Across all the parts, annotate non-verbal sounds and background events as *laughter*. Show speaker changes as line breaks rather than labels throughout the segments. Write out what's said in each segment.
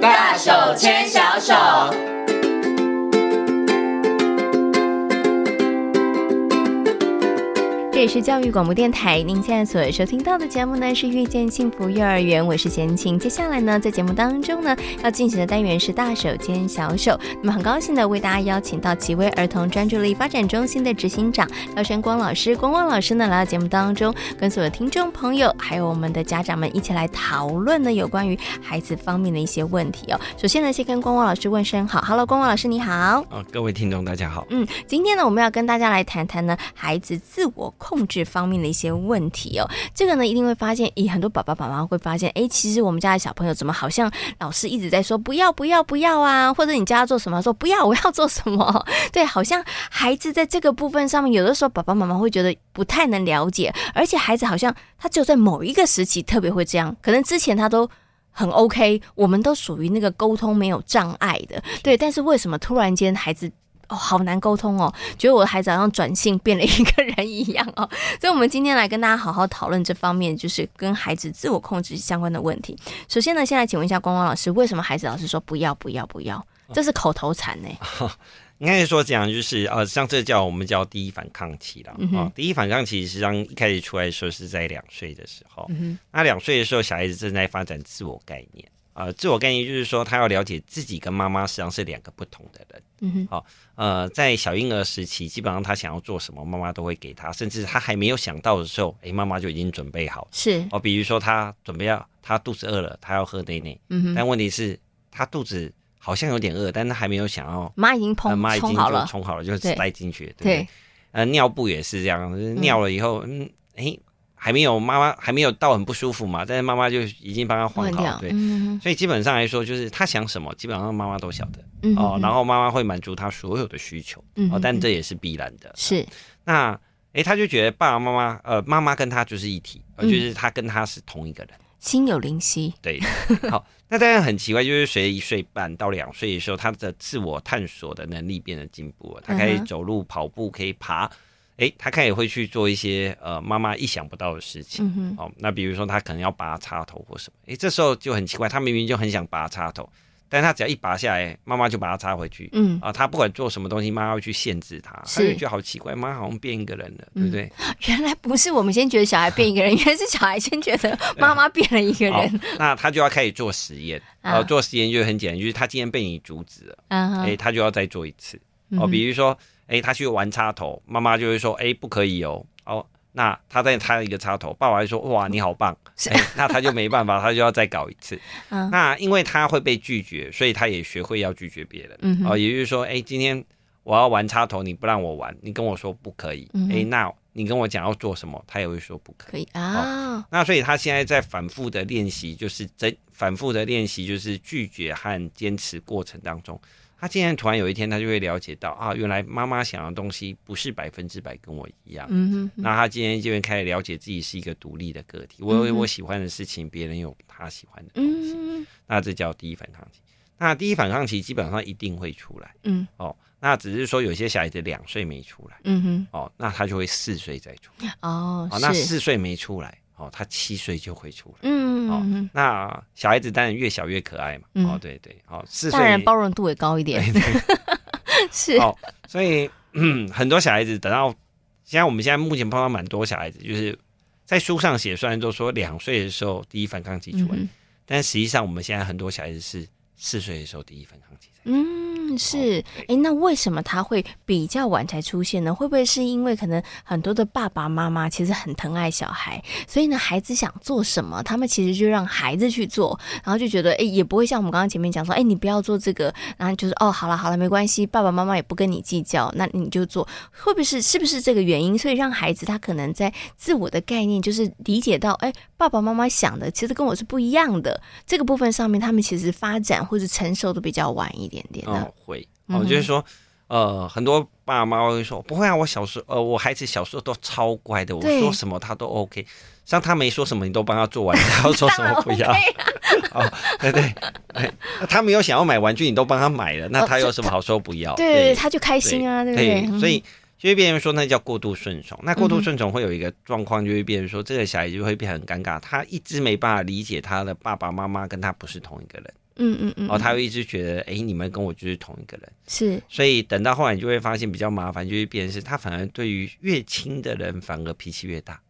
大手牵小手。
这里是教育广播电台，您现在所收听到的节目呢是《遇见幸福幼儿园》，我是贤琴。接下来呢，在节目当中呢，要进行的单元是大手牵小手。那么很高兴的为大家邀请到奇威儿童专注力发展中心的执行长高山光老师，光光老师呢来到节目当中，跟所有听众朋友还有我们的家长们一起来讨论呢有关于孩子方面的一些问题哦。首先呢，先跟光光老师问声好，Hello，光光老师你好。
啊、各位听众大家好。
嗯，今天呢，我们要跟大家来谈谈呢，孩子自我控制方面的一些问题哦。这个呢，一定会发现，咦，很多爸爸妈妈会发现，诶，其实我们家的小朋友怎么好像老师一直在说不要不要不要啊，或者你叫他做什么，说不要我要做什么。 *laughs* 对，好像孩子在这个部分上面，有的时候爸爸妈妈会觉得不太能了解，而且孩子好像他只有在某一个时期特别会这样，可能之前他都。很 OK，我们都属于那个沟通没有障碍的，对。但是为什么突然间孩子哦，好难沟通哦，觉得我的孩子好像转性变了一个人一样哦。 *laughs* 所以，我们今天来跟大家好好讨论这方面，就是跟孩子自我控制相关的问题。首先呢，先来请问一下光光老师，为什么孩子老是说不要不要不要？
嗯
这是口头禅
*laughs*
呢、
应该说讲就是呃，像这叫我们叫第一反抗期啦。啊、
嗯哼
第一反抗期实际上一开始出来的时候是在两岁的时候。
嗯
那两岁的时候，小孩子正在发展自我概念。呃，自我概念就是说，他要了解自己跟妈妈实际上是两个不同的人。
哼，嗯哼，
呃，在小婴儿时期，基本上他想要做什么，妈妈都会给他，甚至他还没有想到的时候，诶，妈妈就已经准备好了。
是，
哦，比如说他准备要，他肚子饿了，他要喝奶奶，
嗯哼，
但问题是，他肚子好像有点饿，但他还没有想要
妈已经
呃
碰
妈已经
冲好
就
了，
冲好了就
对
塞进去，对不
对
对？呃，尿布也是这样，就是尿了以后，嗯，诶，还没有妈妈还没有到很不舒服嘛，但是妈妈就已经帮他换
换掉
好，，对。哦
嗯哼
所以基本上来说，就是他想什么，基本上妈妈都晓得
嗯哼，
哦。然后妈妈会满足他所有的需求
嗯
哦
哼，
但这也是必然的。
是，
那诶，他就觉得爸爸妈妈呃，妈妈跟他就是一体，呃
嗯
就是他跟他是同一个人。
心有灵犀，
对，好，那当然很奇怪，就是随着一岁半到两岁的时候，他的自我探索的能力变得进步了，他开
嗯
始
哼
走路、跑步，可以爬，诶，他开始会去做一些呃妈妈意想不到的事情。
嗯哼，
哦，那比如说他可能要拔插头或什么，诶，这时候就很奇怪，他明明就很想拔插头，但他只要一拔下来，妈妈就把它插回去。
嗯，
啊，他不管做什么东西，妈妈会去限制他，他
是嗯
就觉得好奇怪，妈好像变一个人了，对不对？
*laughs* 原来不是我们先觉得小孩变一个人，原来是小孩先觉得妈妈变了一个
好
人，，
那他就要开始做实验。
啊
呃，做实验就很简单，就是他今天被你阻止了，
嗯
哎、
哼，
他就要再做一次。
嗯
哦，
哼
比如说，哎、他去玩插头，妈妈就会说，哎、不可以哦。哦，那他再插一个插头，爸爸就说，哇，你
*laughs*
好棒。
是
哎、那他就没办法，他就要再搞一次。
*laughs* 嗯
那因为他会被拒绝，所以他也学会要拒绝别人。
嗯哼
哦，也就是说，哎、今天我要玩插头，你不让我玩，你跟我说不可以。哎、
嗯哼
那你跟我讲要做什么，他也会说不可以。
可以啊，
那所以他现在在反复的练习，就是真反复的练习，就是拒绝和坚持过程当中，他竟然突然有一天，他就会了解到啊，原来妈妈想要的东西不是百分之百跟我一样。
嗯哼，
那他今天就会开始了解自己是一个独立的个体，我
嗯
有
哼
我喜欢的事情，别人有他喜欢的东西，
嗯
那这叫第一反抗期。那第一反抗期基本上一定会出来
嗯
哦，那只是说有些小孩子两岁没出来
嗯哼，
哦，那他就会四岁再出来，
哦，
哦，那
是，
四岁没出来哦，他七岁就会出来。
嗯，
哦
嗯
那小孩子当然越小越可爱嘛。
嗯
哦，对对，哦，
嗯
四
大人
岁
包容度也高一点， *laughs* 是，
哦，所以、嗯、很多小孩子等到现在，我们现在目前碰到蛮多小孩子，就是在书上写，虽然都说两岁的时候第一反抗期
嗯
出来，
哼
但实际上我们现在很多小孩子是四岁的时候第一反抗期才。
嗯，是，
哦对
哎，那为什么他会比较晚才出现呢？会不会是因为可能很多的爸爸妈妈其实很疼爱小孩，所以呢，孩子想做什么，他们其实就让孩子去做，然后就觉得，哎，也不会像我们刚刚前面讲说，哎，你不要做这个，然后就是，哦，好了好了，没关系，爸爸妈妈也不跟你计较，那你就做，会不会是是不是这个原因？所以让孩子他可能在自我的概念，就是理解到，哎，爸爸妈妈想的其实跟我是不一样的，这个部分上面，他们其实发展或者成熟的比较晚一点点的。
哦，会
嗯
哦，
哼
就是说，呃，很多爸妈会说，不会啊，我小时候，呃，我孩子小时候都超乖的，我
对
说什么他都 OK，像他没说什么，你都帮他
*laughs*
做完，他要说什么不要，
啊
*laughs* 哦，对对，哎他没有想要买玩具，你都帮他买了，那他有什么好说不要？
哦对对对，他就开心啊，对不对？嗯
所以就会变成说那叫过度顺从。那过度顺从会有一个状况，就会变成说这个小孩就会变得很尴尬，他一直没办法理解他的爸爸妈妈跟他不是同一个人。
嗯嗯嗯，
然后哦他会一直觉得，哎、你们跟我就是同一个人。
是
所以等到后来，你就会发现比较麻烦，就是变成是他反而对于越亲的人，反而脾气越大。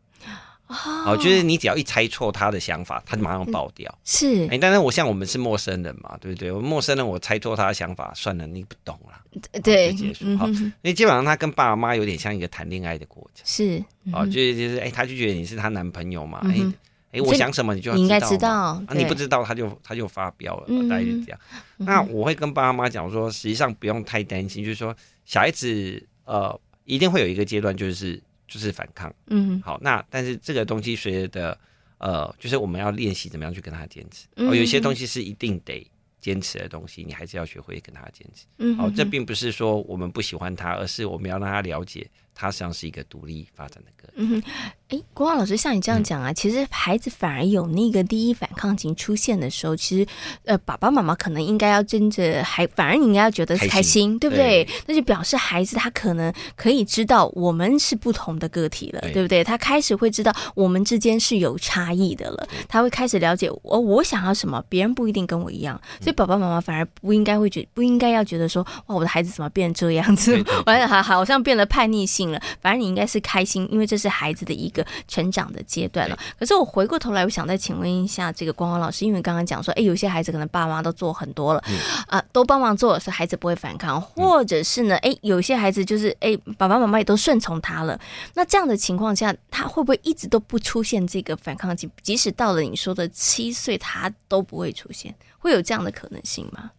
哦
哦，就是你只要一猜错他的想法，他就马上爆掉。
是
哎、但是我像我们是陌生人嘛，对不对？我陌生人，我猜错他的想法，算了，你不懂啦。
对
就结，束
嗯
好
哼哼
因为基本上他跟爸妈有点像一个谈恋爱的过程。
是
哦，就是就是，哎、他就觉得你是他男朋友嘛，哎、
嗯哼
哎、我
所以
想什么你就要
你应该
嘛
知道
啊，
对
你不知道他就他就发飙了
嗯，
大概是这样。那我会跟爸妈讲说，实际上不用太担心，就是说小孩子呃一定会有一个阶段就是就是反抗，
嗯
好，那但是这个东西随着的呃，就是我们要练习怎么样去跟他坚持，
嗯
哦，有一些东西是一定得。坚持的东西，你还是要学会跟他坚持。
嗯，
哦，这
边
并不是说我们不喜欢他，而是我们要让他了解，他实际上是一个独立发展的个体。
哎，国华老师，像你这样讲啊，其实孩子反而有那个第一反抗情出现的时候，其实呃，爸爸妈妈可能应该要跟着孩，反而你应该要觉得是开
开
心，
心
对不对？那就表示孩子他可能可以知道我们是不同的个体了，
对
对不对？他开始会知道我们之间是有差异的了，他会开始了解我我想要什么，别人不一定跟我一样，
嗯
所以爸爸妈妈反而不应该会觉不应该要觉得说哇，我的孩子怎么变这样子
对对，
完了好好像变得叛逆性了。反正你应该是开心，因为这是孩子的一个成长的阶段了。可是我回过头来，我想再请问一下这个光光老师，因为刚刚讲说，哎，有些孩子可能爸妈都做很多了，
嗯
啊、都帮忙做了，所以孩子不会反抗，或者是呢，哎，有些孩子就是哎，爸爸妈妈也都顺从他了。那这样的情况下，他会不会一直都不出现这个反抗期？即使到了你说的七岁，他都不会出现，会有这样的可能性吗？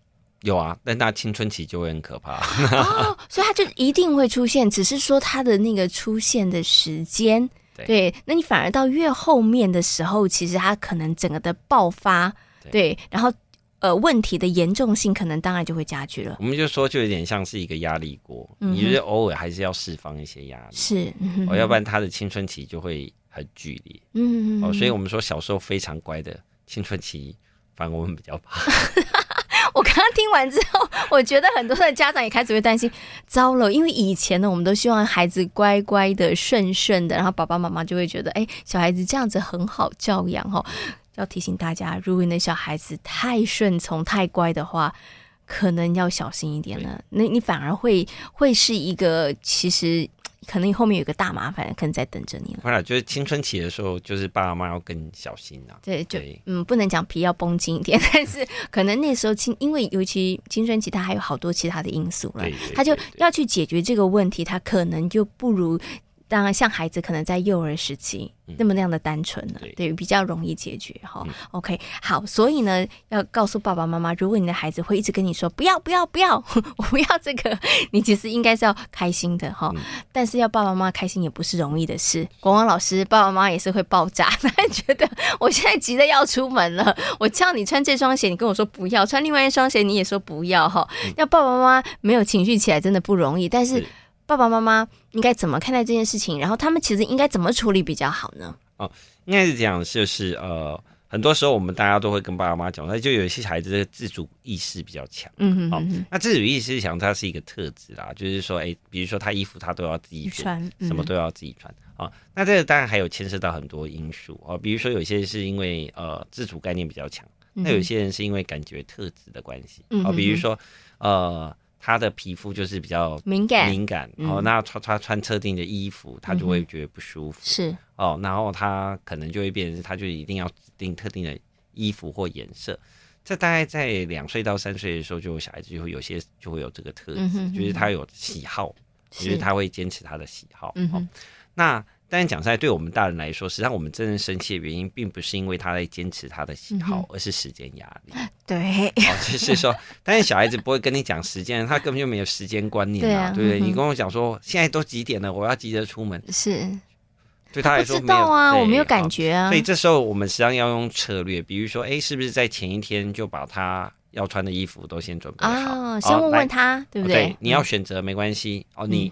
有啊，但那青春期就会很可怕。
哦，所以它就一定会出现，只是说它的那个出现的时间。
对
那你反而到越后面的时候，其实它可能整个的爆发，对，
对
然后呃问题的严重性可能当然就会加剧了。
我们就说，就有点像是一个压力锅，
嗯哼
你就是偶尔还是要释放一些压力，
是，嗯
哦，要不然他的青春期就会很剧烈。
嗯
哦，所以我们说小时候非常乖的，青春期反而我们比较怕。 *laughs*
*laughs* 我刚刚听完之后，我觉得很多的家长也开始会担心，糟了，因为以前呢，我们都希望孩子乖乖的、顺顺的，然后爸爸妈妈就会觉得，哎，小孩子这样子很好教养哦。要提醒大家，如果你的小孩子太顺从、太乖的话，可能要小心一点了。那你反而会会是一个，其实可能后面有个大麻烦，可能在等着你了。
后来就是青春期的时候，就是爸妈要更小心啊。
对，就
对
嗯，不能讲皮要绷紧一点， *laughs* 但是可能那时候青，因为尤其青春期，它还有好多其他的因素了
对对，
他就
对对
要去解决这个问题，他可能就不如。当然，像孩子可能在幼儿时期那么那样的单纯了，
对
对，比较容易解决哈。OK，好，所以呢，要告诉爸爸妈妈，如果你的孩子会一直跟你说不要不要不要， *laughs* 我不要这个，你其实应该是要开心的哈。但是要爸爸妈妈开心也不是容易的事。国王老师爸爸妈妈也是会爆炸，他觉得我现在急得要出门了，我叫你穿这双鞋，你跟我说不要；穿另外一双鞋，你也说不要哈。要爸爸妈妈没有情绪起来真的不容易，但是
是
爸爸妈妈应该怎么看待这件事情？然后他们其实应该怎么处理比较好呢？
应该是这样，就是呃，很多时候我们大家都会跟爸爸妈妈讲，那就有一些孩子的自主意识比较强。
嗯哼
好
哼哼，
那自主意识强，它是一个特质啦，就是说，哎、比如说他衣服他都要自己选，
穿
什么都要自己穿啊、那这个当然还有牵涉到很多因素啊、比如说有些是因为呃自主概念比较强，那有些人是因为感觉特质的关系
嗯
啊、
哼
比如说呃他的皮肤就是比较
敏感
敏感，
嗯
哦，那穿穿穿特定的衣服，他就会觉得不舒服、
是
哦，然后他可能就会变成是他就一定要指定特定的衣服或颜色。这大概在两岁到三岁的时候，就有小孩子就会有些就会有这个特质，
嗯哼
就是
嗯哼
他有喜好，就是他会坚持他的喜好。
嗯
哦
哼、
那当然讲出来，对我们大人来说，实际上我们真正生气的原因，并不是因为他在坚持他的喜
嗯
好，而是时间压力。
对，
哦，就是说，但是小孩子不会跟你讲时间，他根本就没有时间观念
对
嘛，
啊
对不
嗯
对？
哼
你跟我讲说现在都几点了，我要急着出门，
是
对他来
不
说
知
没有
道啊，
对
我没有
哦
感觉啊
所以，这时候我们实际上要用策略，比如说，哎，是不是在前一天就把他要穿的衣服都先准备好？
啊，
哦
先问
来哦
问他，对嗯不对？
你要选择没关系哦，你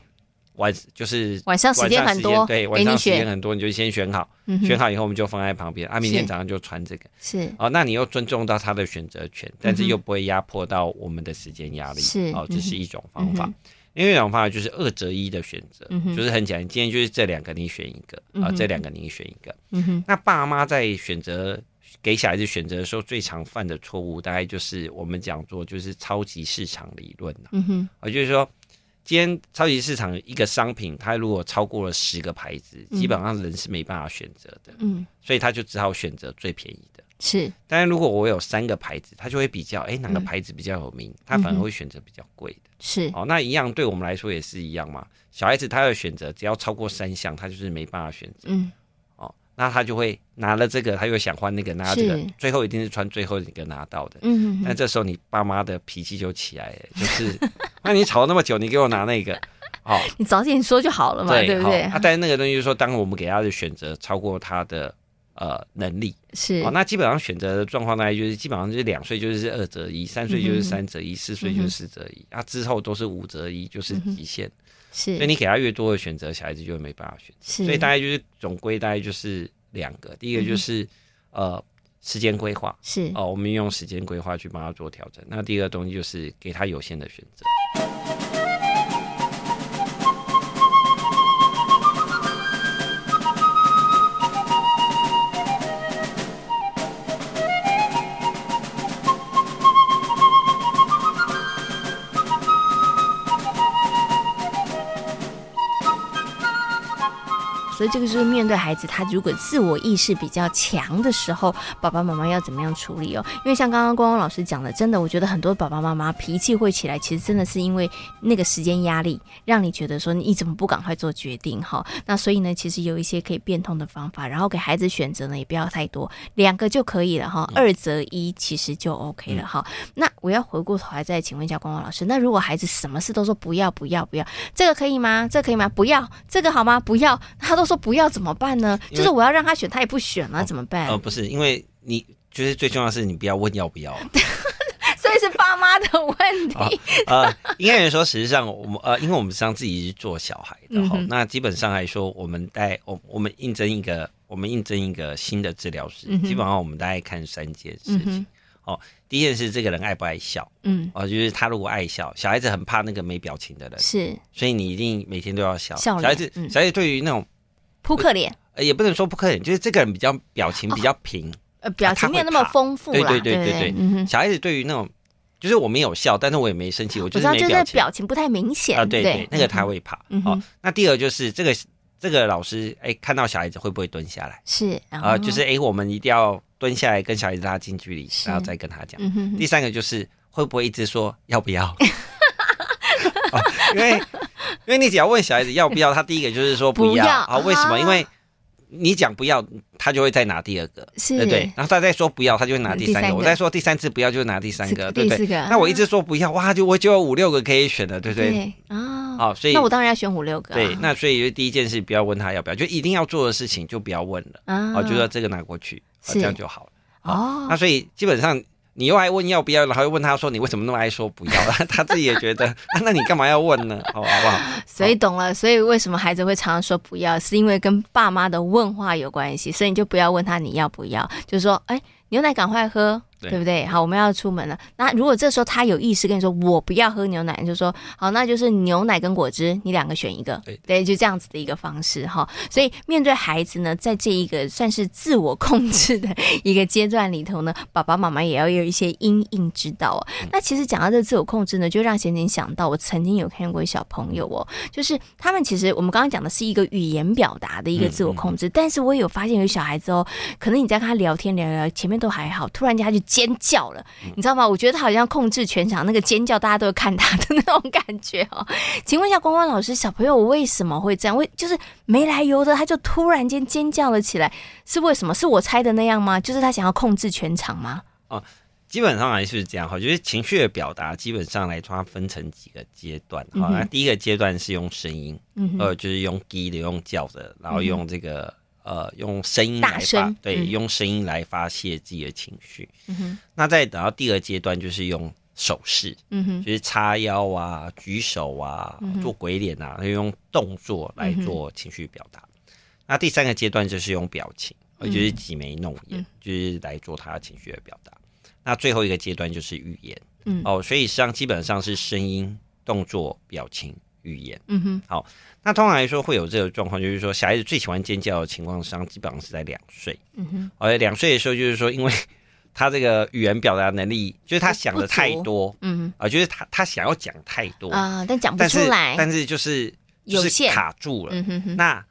晚就是
晚上时间很多，
对，
给
晚上
你
时间
选，
很多，你就先选好，
嗯哼
选好以后我们就放在旁边啊，明天
是
早上就穿这个
是
哦。那你又尊重到他的选择权，但是又不会压迫到我们的时间压力，
嗯是
哦，
嗯
这
哼
是一种方
嗯
法。另外一种方法就是二择一的选择，
嗯哼
就是很简单，今天就是这两个你选一个
嗯
啊、
哼
这两个你选一个。
嗯哼，
那爸妈在选择给小孩子选择的时候，最常犯的错误，大概就是我们讲做就是超级市场理论啊，
嗯哼，
啊就是说，今天超级市场一个商品，它如果超过了十个牌子，
嗯
基本上人是没办法选择的，
嗯，
所以他就只好选择最便宜的。
是，
当然，如果我有三个牌子，他就会比较，哎，哪个
嗯
牌子比较有名，他反而会选择比较贵的。
是，
哦，那一样对我们来说也是一样嘛。小孩子他的选择只要超过三项，他就是没办法选择。
嗯，
哦，那他就会拿了这个，他又想换那个，拿了这个
是，
最后一定是穿最后一个拿到的。
嗯
那
哼，
这时候你爸妈的脾气就起来了，就是， *laughs* 那你吵了那么久，你给我拿那个，哦，
你早点说就好 *laughs* 了嘛，对
对，
不
好、
对？
啊，但是那个东西就是说，当我们给他的选择超过他的呃能力，
是
哦，，那基本上选择的状况大概就是基本上就是两岁就是二择一，三岁就是
嗯哼
三择一，四岁就是四择一，啊之后都是五择一，就是
嗯哼
极限。所以
是，
你给他越多的选择，小孩子就没办法选。
是，
所以大概就是总归大概就是两个，第一个就是、
嗯
呃时间规划
是
哦，我们用时间规划去帮他做调整。那第二个东西就是给他有限的选择。
所以这个就是面对孩子，他如果自我意识比较强的时候，爸爸妈妈要怎么样处理哦？因为像刚刚光光老师讲的，真的，我觉得很多爸爸妈妈脾气会起来，其实真的是因为那个时间压力，让你觉得说你怎么不赶快做决定哈、那所以呢，其实有一些可以变通的方法，然后给孩子选择呢，也不要太多，两个就可以了哈、
嗯
二择一其实就 OK 了哈、那我要回过头来再请问一下光光老师，那如果孩子什么事都说不要不要不要，这个可以吗？这个可以吗？不要，这个好吗？不要，他都说不要，怎么办呢？
因
就
为
是我要让他选，他也不选了，
哦
怎么办？
呃，不是，因为你就是最重要的是你不要问要不要。
所以是爸妈的问
啊
题。
呃，应该来说，实际上我们呃，因为我们实际上自己是做小孩的
嗯
哈、
哼
那基本上来说，我们带我我们应征一个，我们应征一个新的治疗师、
嗯哼
基本上我们大概看三件事
嗯
情。哦
哼，
第一件事，这个人爱不爱笑
嗯，
哦、就是他如果爱笑，小孩子很怕那个没表情的人，
是
所以你一定每天都要笑。
笑脸
小孩子，
嗯
小孩子对于那种、
扑克脸，
呃也不能说不可能，就是这个人比较表情比较平，
呃，表情没有那么丰富啦，
啊对
对
对对
不
对对
嗯哼，
小孩子对于那种就是我没有笑，但是我也没生气，
哦
我
我知
就是
道，
没
就是
表情。
表情不太明显，
啊，对对，那个他
嗯
会怕。
嗯
哦
哼，
那第二就是这个这个老师，哎，看到小孩子会不会蹲下来
是哦然
啊、
后
就是哎，我们一定要蹲下来跟小孩子拉近距离，
是
然后再跟他讲。
嗯哼
第
哼，
三个就是会不会一直说要不
*laughs*
要？哦因为因为你只要问小孩子要不要，他第一个就是说
不
不要
要
啊，为什么？
啊
因为你讲不要，他就会再拿第二个，
是
对不呃对？然后他再说不要，他就会拿
嗯
第
第
三
三
个。
个
我再说第三次不要，就拿第三个，对
第
不对？
四个，嗯
那我一直说不要，哇，就我就有五六个可以选了，对不对？
对啊，
啊，所以
那我当然要选五六个啊，
对，那所以就第一件事不要问他要不要，就一定要做的事情就不要问了，
啊，
哦，就说这个拿过去，哦
是
这样就好了。
哦
那，所以基本上你又爱问要不要，然后又问他说你为什么那么爱说不要， *laughs* 他自己也觉得，啊那你干嘛要问呢？哦，好不好？
所以懂了，所以为什么孩子会常常说不要，是因为跟爸妈的问话有关系，所以你就不要问他你要不要，就说哎。牛奶赶快喝，
对
对不对？好，我们要出门了。那如果这时候他有意识跟你说我不要喝牛奶，你就说好，那就是牛奶跟果汁，你两个选一个。
对
就这样子的一个方式哈。所以面对孩子呢，在这一个算是自我控制的一个阶段里头呢，爸爸妈妈也要有一些因应之道哦。那其实讲到这自我控制呢，就让贤宁想到我曾经有看过一小朋友哦，就是他们其实我们刚刚讲的是一个语言表达的一个自我控制，但是我也有发现有小孩子哦，可能你在跟他聊天聊聊，前面都还好，突然间他就尖叫了，你知道吗？我觉得他好像控制全场，那个尖叫大家都会看他的那种感觉哦。 *laughs* 请问一下光光老师，小朋友为什么会这样？为就是没来由的他就突然间尖叫了起来，是为什么？是我猜的那样吗？就是他想要控制全场吗？
基本上还是这样哈，就是情绪的表达，基本上来说它分成几个阶段
嗯
哈。
哼
那第一个阶段是用声音，
嗯哼，
呃，就是用低的、用叫的，然后
嗯
用这个呃用声音
大
来发
声，
对，
嗯
用声音来发泄自己的情绪。
嗯哼，
那再等到第二阶段，就是用手势，
嗯
就
哼，
是叉腰啊、举手啊、做鬼脸啊，就用动作来
嗯
做情绪表达。那第三个阶段就是用表情，
嗯
呃，就是挤眉弄眼，就是来做他情绪的表达。那最后一个阶段就是语言，
嗯
哦，所以实际上基本上是声音、动作、表情、语言。
嗯哼，
那通常来说会有这个状况，就是说小孩子最喜欢尖叫的情况上，基本上是在两岁。
嗯哼，
而且两岁的时候，就是说因为他这个语言表达能力，就是他想的太多
嗯
啊、就是他他想要讲太多，
哼，啊，但讲不
但
出
是
来，
但是就是就
有
是
限
卡住了。
嗯哼哼，
那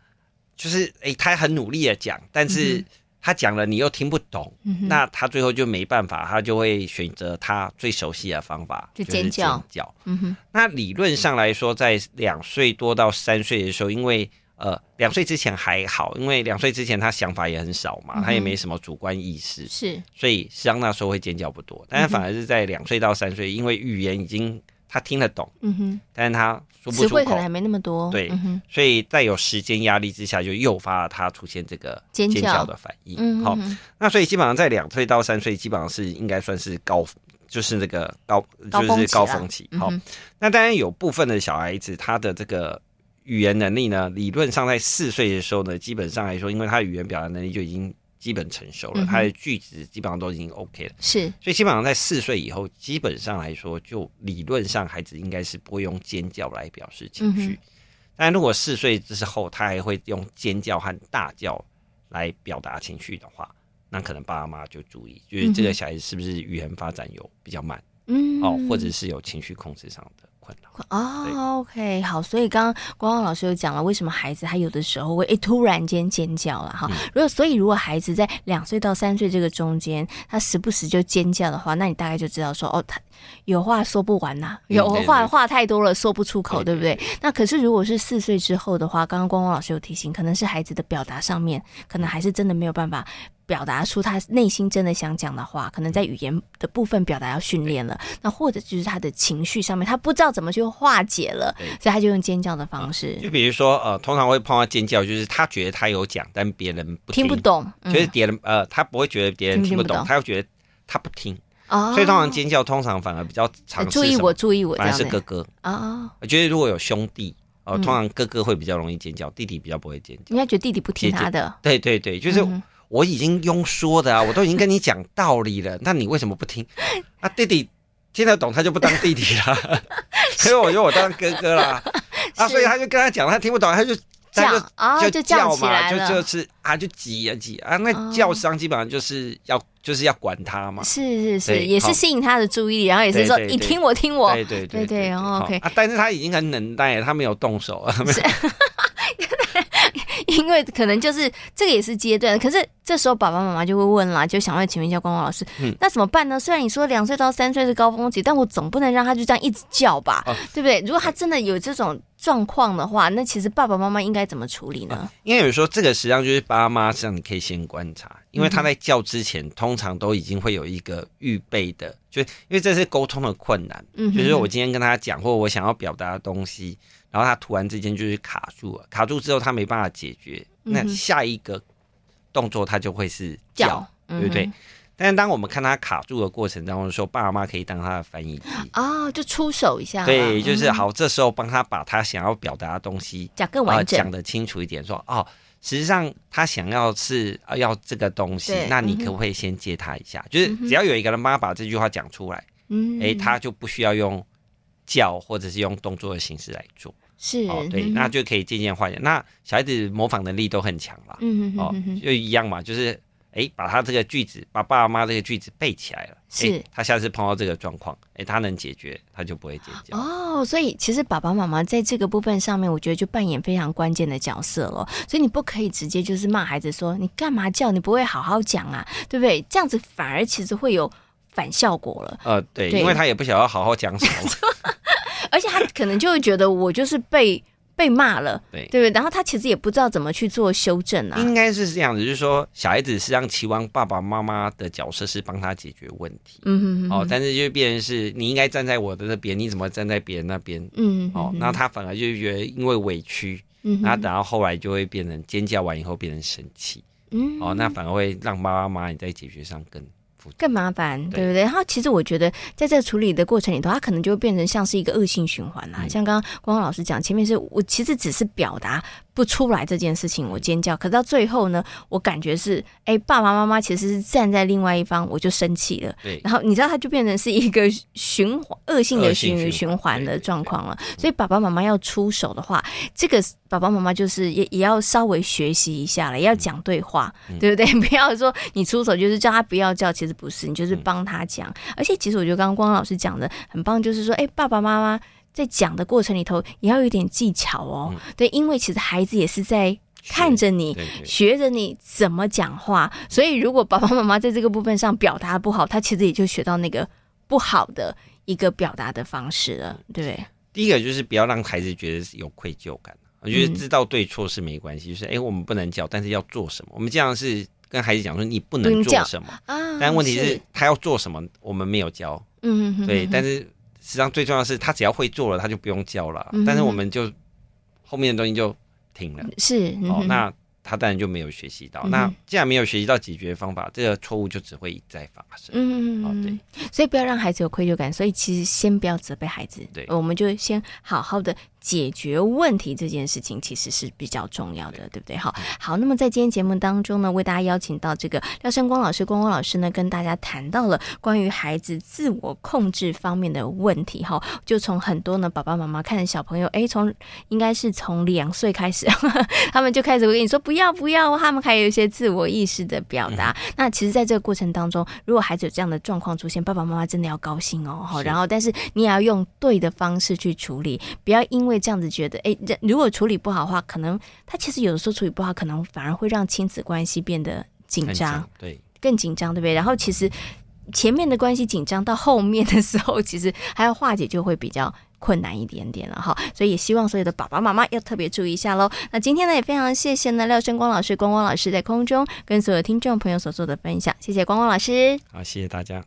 就是诶、他很努力的讲，但是他讲了你又听不懂，
嗯哼
那他最后就没办法，他就会选择他最熟悉的方法，
就是尖叫
尖叫。
嗯哼，
那理论上来说，在两岁多到三岁的时候，因为呃两岁之前还好，因为两岁之前他想法也很少
嗯
嘛，他也没什么主观意识，
是，
所以实际上那时候会尖叫不多。但是反而是在两岁到三岁，因为语言已经他听得懂，
嗯哼，
但是他说不
词
出
汇可能
口
还，没那么多，
对
嗯哼，
所以在有时间压力之下，就诱发了他出现这个
尖叫
叫的反应。
嗯
好、
哼哼，
那所以基本上在两岁到三岁，基本上是应该算是高，就是这个高，
高
就
峰期
是
啦
高峰期。
嗯
好、
哼
那当然有部分的小孩子，他的这个语言能力呢，理论上在四岁的时候呢，基本上来说，因为他的语言表达能力就已经基本成熟了，
嗯哼
他的句子基本上都已经 OK 了，
是，
所以基本上在四岁以后，基本上来说，就理论上孩子应该是不会用尖叫来表示情绪。
嗯
但如果四岁之后，他还会用尖叫和大叫来表达情绪的话，那可能爸妈就注意，就是这
嗯
个
哼
小孩子是不是语言发展有比较慢、
嗯，
哦，或者是有情绪控制上的困扰。
哦，OK，好，所以刚刚光光老师有讲了，为什么孩子他有的时候会诶突然间尖叫了
嗯
哈。如果所以如果孩子在两岁到三岁这个中间，他时不时就尖叫的话，那你大概就知道说哦，他有话说不完呐、
嗯
有
对对
话
对
话太多了说不出口，对
对
不对？那可是如果是四岁之后的话，刚刚光光老师有提醒，可能是孩子的表达上面，可能还是真的没有办法。表达出他内心真的想讲的话，可能在语言的部分表达要训练了。那或者就是他的情绪上面，他不知道怎么去化解了
对，
所以他就用尖叫的方式，
就比如说，呃，通常会碰到尖叫，就是他觉得他有讲，但别人不
听不，懂，嗯
啊就是别人呃，他不会觉得别人
听
听
不
不懂，
懂
他会觉得他不听，
哦呃
所以通常尖叫通常反而比较常
注意我，注意我这
反而
样
是哥
的
哥。
啊，哦
我觉得如果有兄弟，哦、
嗯
通常哥哥会比较容易尖叫，弟弟比较不会尖叫。
应该觉得弟弟不听他的，
对对对，就是
嗯
我已经庸说的啊，我都已经跟你讲道理了，那你为什么不听？啊，弟弟听得懂，他就不当弟弟啦，
*laughs*
所以我觉得我当哥哥啦。啊，
是
所以他就跟他讲，他听不懂，他就
这
他
样
就
啊
就
就
叫
叫起
嘛，
来
就
了
就是啊，就挤啊挤啊，那
哦
叫声基本上就是要就是要管他嘛。
是是是，
对
也是
好
吸引他的注意力，然后也是说
对对
你
对
听我听我，
对对
对对
对，
然后
好
OK
啊，但是他已经很能耐了，他 *laughs* 没有动手，没有
*laughs* 因为可能就是这个也是阶段，可是这时候爸爸妈妈就会问啦，就想要请问一下光光老师，
嗯
那怎么办呢？虽然你说两岁到三岁是高峰期，但我总不能让他就这样一直叫吧，
哦
对不对？如果他真的有这种状况的话，那其实爸爸妈妈应该怎么处理呢？
因为有时候这个实际上就是爸妈，实际上你可以先观察，因为他
嗯
在叫之前，通常都已经会有一个预备的，就是因为这是沟通的困难，
嗯哼
就是我今天跟他讲，或者我想要表达的东西，然后他突然之间就是卡住了，卡住之后他没办法解决，那
嗯哼
下一个动作他就会是叫，
叫，嗯哼
对不对？？但是当我们看他卡住的过程当中的时候，爸妈可以当他的翻译机，
哦，就出手一下啦，
对，就是
嗯
好，这时候帮他把他想要表达的东西
讲更
啊，
完整
讲，的清楚一点，说哦，实际上他想要是呃要这个东西
对，
那你
嗯哼
可不可以先接他一下？就是只要有一个人帮他把这句话讲出来，
嗯
诶，他就不需要用叫或者是用动作的形式来做。
是嗯
哦，对，那就可以渐渐化解。那小孩子模仿能力都很强啦，
嗯哼
哦
哼哼，
就一样嘛，就是。诶，把他这个句子，把爸爸妈妈这个句子背起来了。诶
是
他下次碰到这个状况，诶，他能解决，他就不会尖叫。
哦，所以其实爸爸妈妈在这个部分上面，我觉得就扮演非常关键的角色了。所以你不可以直接就是骂孩子说你干嘛叫，你不会好好讲啊，对不对？这样子反而其实会有反效果了，
呃，对，
对啊
因为他也不想要好好讲什
*laughs*
么。
而且他可能就会觉得我就是被被骂了，
对嗯
对不对？然后他其实也不知道怎么去做修正啊。
应该是这样子，就是说小孩子实际上期望爸爸妈妈的角色是帮他解决问题，
嗯哼
哦，但是就变成是你应该站在我的那边，你怎么站在别人那边？
嗯
哦，那他反而就觉得因为委屈，
嗯
然后等到后来就会变成尖叫完以后变成生气，
嗯
哦，那反而会让爸爸妈妈你在解决上更
更麻烦，
对
对不对？然后其实我觉得，在这个处理的过程里头，它可啊能就会变成像是一个恶性循环啦。像刚刚光光老师讲，前面是我其实只是表达不出来这件事情，我尖叫。可到最后呢，我感觉是，哎、爸爸妈妈其实是站在另外一方，我就生气了。
对，
然后你知道，它就变成是一个循环、恶性的
恶
循
性循环
循环
对
的
对对
状况了。所以爸爸妈妈要出手的话，这个爸爸妈妈就是也也要稍微学习一
嗯
下了，也要讲对话，对不对？ *laughs* 不要说你出手就是叫他不要叫，其实不是，你就是帮他讲。
嗯
而且其实我觉得刚刚光老师讲的很棒，就是说，哎，爸爸妈妈。在讲的过程里头，也要有一点技巧哦。对，因为其实孩子也是在看着你，
对对
学着你怎么讲话。所以，如果爸爸妈妈在这个部分上表达不好，他其实也就学到那个不好的一个表达的方式了，对不对？
第一个就是不要让孩子觉得是有愧疚感。我觉
嗯
得知道对错是没关系，就是哎、诶我们不能叫，但是要做什么？我们这样是跟孩子讲说你不
不
能
能叫
做什么，
啊
但问题是，他要做什么，我们没有教。
嗯哼
对，但是实际上最重要的是，他只要会做了，他就不用教了。
嗯哼
但是我们就后面的东西就停了。
是嗯
哦，
哼
那他当然就没有学习到。
嗯哼
那既然没有学习到解决方法，这个错误就只会一再发生。
嗯
哦对，
所以不要让孩子有愧疚感。所以其实先不要责备孩子，
对
我们就先好好的解决问题这件事情，其实是比较重要的，对不对？好，好，那么在今天节目当中呢，为大家邀请到这个廖胜光老师，光光老师呢跟大家谈到了关于孩子自我控制方面的问题，哈，就从很多呢爸爸妈妈看小朋友，诶，从应该是从两岁开始，他们就开始会跟你说不要不要，他们还有一些自我意识的表达。那其实，在这个过程当中，如果孩子有这样的状况出现，爸爸妈妈真的要高兴哦。好，
是
然后但是你也要用对的方式去处理，不要因为这样子觉得，哎，这如果处理不好的话，可能他其实有的时候处理不好，可能反而会让亲子关系变得紧
很
张
长。，对，
更紧张，对不对？然后其实前面的关系紧张，到后面的时候，其实还要化解就会比较。困难一点点了哈，所以也希望所有的爸爸妈妈要特别注意一下喽。那今天呢，也非常谢谢呢廖胜光老师、光光老师在空中跟所有听众朋友所做的分享，谢谢光光老师。
好，谢谢大家。